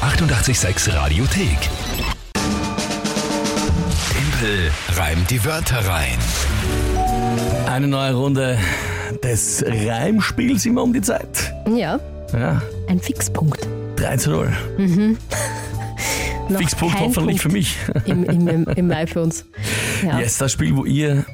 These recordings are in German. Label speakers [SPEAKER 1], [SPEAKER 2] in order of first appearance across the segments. [SPEAKER 1] 886 Radiothek. Tempel reimt die Wörter rein.
[SPEAKER 2] Eine neue Runde des Reimspiels immer um die Zeit.
[SPEAKER 3] Ja,
[SPEAKER 2] Ja,
[SPEAKER 3] ein Fixpunkt.
[SPEAKER 2] 3 zu 0.
[SPEAKER 3] Noch
[SPEAKER 2] Fixpunkt
[SPEAKER 3] kein
[SPEAKER 2] hoffentlich für
[SPEAKER 3] Punkt
[SPEAKER 2] mich.
[SPEAKER 3] Im, im, im, Im Mai für uns. Ja.
[SPEAKER 2] Yes, das Spiel, wo ihr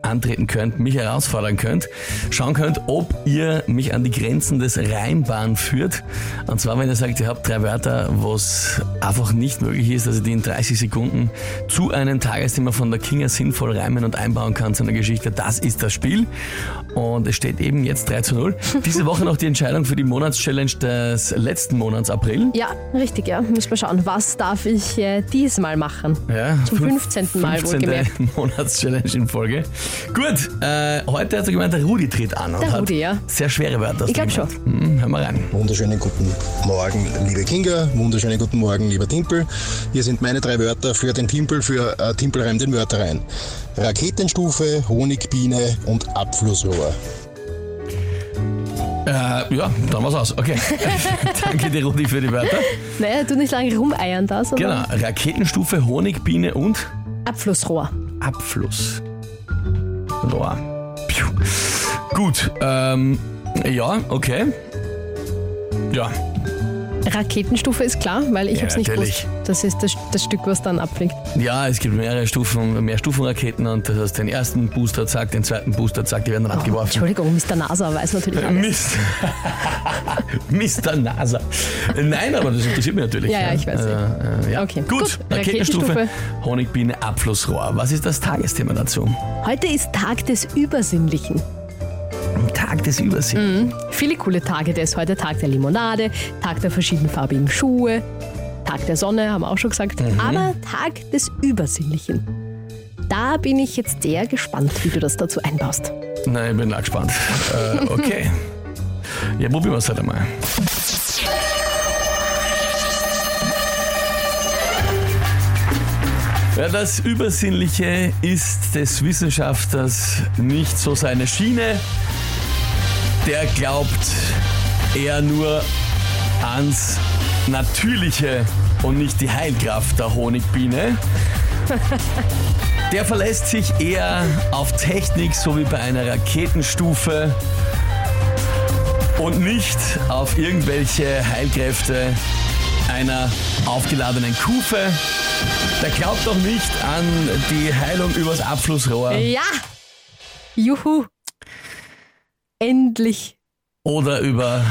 [SPEAKER 2] antreten könnt, mich herausfordern könnt, schauen könnt, ob ihr mich an die Grenzen des Reimbahn führt. Und zwar, wenn ihr sagt, ihr habt drei Wörter, wo es einfach nicht möglich ist, dass ihr die in 30 Sekunden zu einem Tagesthema von der Kinga sinnvoll reimen und einbauen kann zu einer Geschichte. Das ist das Spiel. Und es steht eben jetzt 3 zu 0. Diese Woche noch die Entscheidung für die Monatschallenge des letzten Monats April.
[SPEAKER 3] Ja, richtig, ja. Müssen wir schauen, was darf ich äh, diesmal machen?
[SPEAKER 2] Ja,
[SPEAKER 3] Zum
[SPEAKER 2] fünf-
[SPEAKER 3] 15. Mal
[SPEAKER 2] 15.
[SPEAKER 3] wohlgemerkt.
[SPEAKER 2] Monatschallenge in Folge. Gut, äh, heute hat er gemeint, der Rudi tritt an. und
[SPEAKER 3] Der
[SPEAKER 2] hat
[SPEAKER 3] Rudi, ja.
[SPEAKER 2] Sehr schwere Wörter.
[SPEAKER 3] Ich glaub
[SPEAKER 2] schon. Hm, hör mal rein.
[SPEAKER 4] Wunderschönen guten Morgen, liebe Kinga. Wunderschönen guten Morgen, lieber Timpel. Hier sind meine drei Wörter für den Timpel, für äh, Timpel reimt den Wörter rein. Raketenstufe, Honigbiene und Abflussrohr.
[SPEAKER 2] Äh, ja, dann war's aus. Okay. Danke dir, Rudi, für die Wörter.
[SPEAKER 3] Naja, du nicht lange rumeiern da, sondern
[SPEAKER 2] Genau, Raketenstufe, Honigbiene und
[SPEAKER 3] Abflussrohr.
[SPEAKER 2] Abfluss. Rohr. Piu. Gut, ähm, ja, okay. Ja,
[SPEAKER 3] Raketenstufe ist klar, weil ich
[SPEAKER 2] Ja,
[SPEAKER 3] hab's nicht
[SPEAKER 2] natürlich.
[SPEAKER 3] gewusst. Das ist das, das Stück, was dann abfliegt.
[SPEAKER 2] Ja, es gibt mehrere Stufen, mehr Stufenraketen und das heißt den ersten Booster zack, den zweiten Booster zack, die werden
[SPEAKER 3] Oh,
[SPEAKER 2] dann abgeworfen.
[SPEAKER 3] Entschuldigung, Mr. NASA weiß natürlich alles.
[SPEAKER 2] Mist. Mr. NASA. Nein, aber das interessiert mich natürlich.
[SPEAKER 3] Ja, ja, ich weiß
[SPEAKER 2] Äh, äh, ja.
[SPEAKER 3] Okay.
[SPEAKER 2] Gut,
[SPEAKER 3] Gut,
[SPEAKER 2] Raketenstufe,
[SPEAKER 3] Raketenstufe.
[SPEAKER 2] Honigbiene, Abflussrohr. Was ist das Tagesthema dazu?
[SPEAKER 3] Heute ist Tag des Übersinnlichen.
[SPEAKER 2] Tag des Übersehens.
[SPEAKER 3] Mhm. Viele coole Tage, der ist heute Tag der Limonade, Tag der verschiedenfarbigen Schuhe, Tag der Sonne, haben wir auch schon gesagt,
[SPEAKER 2] Mhm.
[SPEAKER 3] aber Tag des Übersinnlichen. Da bin ich jetzt sehr gespannt, wie du das dazu einbaust.
[SPEAKER 2] Nein, ich bin auch gespannt. äh, okay. Ja, probieren wir es halt einmal. Ja, das Übersinnliche ist des Wissenschaftlers nicht so seine Schiene. Der glaubt eher nur ans Natürliche und nicht die Heilkraft der Honigbiene. Der verlässt sich eher auf Technik, so wie bei einer Raketenstufe und nicht auf irgendwelche Heilkräfte einer aufgeladenen Kufe. Der glaubt doch nicht an die Heilung übers Abflussrohr
[SPEAKER 3] Ja! Juhu! Endlich!
[SPEAKER 2] oder über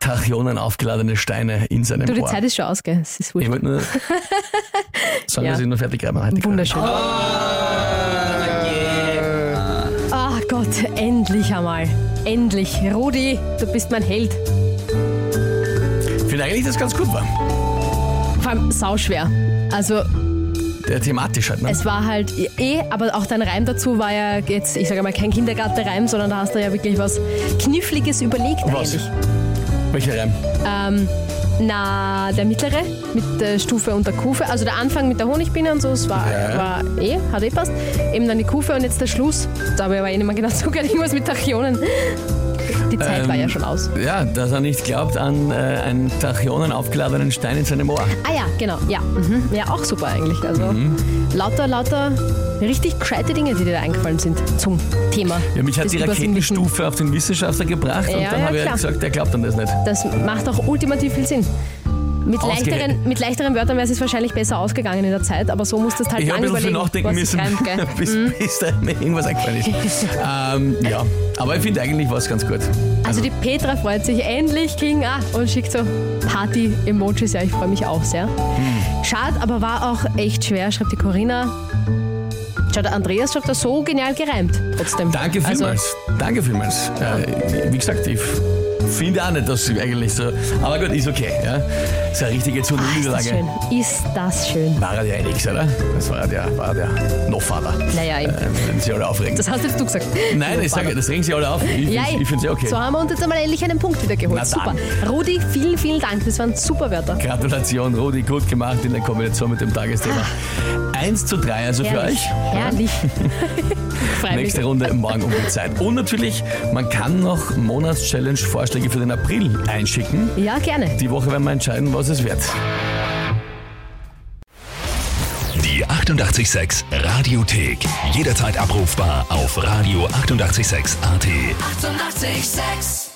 [SPEAKER 2] Tachionen aufgeladene Steine in seinem
[SPEAKER 3] Du, die
[SPEAKER 2] Ohr.
[SPEAKER 3] Zeit ist schon aus, gell? Es ist
[SPEAKER 2] ich
[SPEAKER 3] wurscht.
[SPEAKER 2] wollte nur sagen,
[SPEAKER 3] Ja.
[SPEAKER 2] dass ich nur fertig habe. Hätte ich gar nicht.
[SPEAKER 3] Wunderschön. Ah Gott, endlich einmal. Endlich. Rudi, du bist mein Held.
[SPEAKER 2] Ich finde eigentlich, dass es ganz gut war.
[SPEAKER 3] Vor allem sauschwer. Also
[SPEAKER 2] Der thematisch halt. Ne?
[SPEAKER 3] es war halt eh, aber auch dein Reim dazu war ja jetzt, ich sage mal, kein Kindergartenreim, sondern da hast du ja wirklich was Kniffliges überlegt
[SPEAKER 2] Was?
[SPEAKER 3] eigentlich.
[SPEAKER 2] Welcher Reim?
[SPEAKER 3] Ähm, na, der mittlere mit der Stufe und der Kufe. Also der Anfang mit der Honigbiene und so, es war,
[SPEAKER 2] Ja.
[SPEAKER 3] war eh, hat eh passt. Eben dann die Kufe und jetzt der Schluss. Da habe ich aber eh nicht mehr genau zugehört, irgendwas mit Tachionen. Die Zeit war
[SPEAKER 2] Ähm,
[SPEAKER 3] ja schon aus.
[SPEAKER 2] Ja, dass er nicht glaubt an äh, einen Tachionen aufgeladenen Stein in seinem Ohr.
[SPEAKER 3] Ah ja, genau, ja. Mhm. Ja, auch super eigentlich. Also
[SPEAKER 2] Mhm.
[SPEAKER 3] lauter, lauter richtig gescheite Dinge, die dir da eingefallen sind zum Thema.
[SPEAKER 2] Ja, mich hat
[SPEAKER 3] des
[SPEAKER 2] die
[SPEAKER 3] Übersinnlichen.
[SPEAKER 2] Raketenstufe auf den Wissenschaftler gebracht und
[SPEAKER 3] Ja,
[SPEAKER 2] dann
[SPEAKER 3] ja,
[SPEAKER 2] habe ich
[SPEAKER 3] klar.
[SPEAKER 2] gesagt, er glaubt an das nicht.
[SPEAKER 3] Das macht auch ultimativ viel Sinn. Mit
[SPEAKER 2] Ausgerechnet.
[SPEAKER 3] leichteren, mit leichteren Wörtern wäre es wahrscheinlich besser ausgegangen in der Zeit, aber so musst du es halt
[SPEAKER 2] Ich habe
[SPEAKER 3] lang
[SPEAKER 2] ein bisschen viel
[SPEAKER 3] überlegen.
[SPEAKER 2] nachdenken
[SPEAKER 3] was ich
[SPEAKER 2] müssen,
[SPEAKER 3] reim, gell? Mhm.
[SPEAKER 2] bis, bis da mir irgendwas eingefallen ist. ähm, ja, aber ich finde eigentlich war es ganz gut.
[SPEAKER 3] Also die Petra freut sich endlich, King, ah, und schickt so Party-Emojis. Ja, ich freue mich auch sehr.
[SPEAKER 2] Hm.
[SPEAKER 3] Schade, aber war auch echt schwer, schreibt die Corinna. Schau, der Andreas schreibt das so genial gereimt. Trotzdem.
[SPEAKER 2] Danke
[SPEAKER 3] Also,
[SPEAKER 2] vielmals. Danke vielmals. Äh, wie gesagt, ich finde auch nicht, dass ich eigentlich so. Aber gut, ist okay. Ja. Ist eine richtige Zun-
[SPEAKER 3] ah,
[SPEAKER 2] und
[SPEAKER 3] ist das
[SPEAKER 2] Niederlage.
[SPEAKER 3] schön. Ist das schön.
[SPEAKER 2] War er ja eh nix, oder? Das war der, war der Noch-Vater.
[SPEAKER 3] Naja, eben.
[SPEAKER 2] Äh, wenn sie alle aufregen.
[SPEAKER 3] Das hast jetzt du gesagt.
[SPEAKER 2] Nein, ich sage, das regen sie alle auf. Ich,
[SPEAKER 3] Ja,
[SPEAKER 2] find's- ich finde es ja okay.
[SPEAKER 3] So haben wir uns jetzt einmal endlich einen Punkt wieder geholt.
[SPEAKER 2] Na
[SPEAKER 3] super.
[SPEAKER 2] dann.
[SPEAKER 3] Rudi, vielen, vielen Dank. Das waren super Wörter.
[SPEAKER 2] Gratulation, Rudi, gut gemacht in der Kombination mit dem Tagesthema. 1 zu 3 also für
[SPEAKER 3] Herrlich.
[SPEAKER 2] euch.
[SPEAKER 3] Herrlich. Freilich.
[SPEAKER 2] Nächste Runde morgen um die Zeit. Und natürlich, man kann noch Monatschallenge-Vorschläge für den April einschicken.
[SPEAKER 3] Ja, gerne.
[SPEAKER 2] Die Woche werden wir entscheiden, was es wird.
[SPEAKER 1] Die 886 Radiothek. Jederzeit abrufbar auf radio886.at. 886!
[SPEAKER 5] 886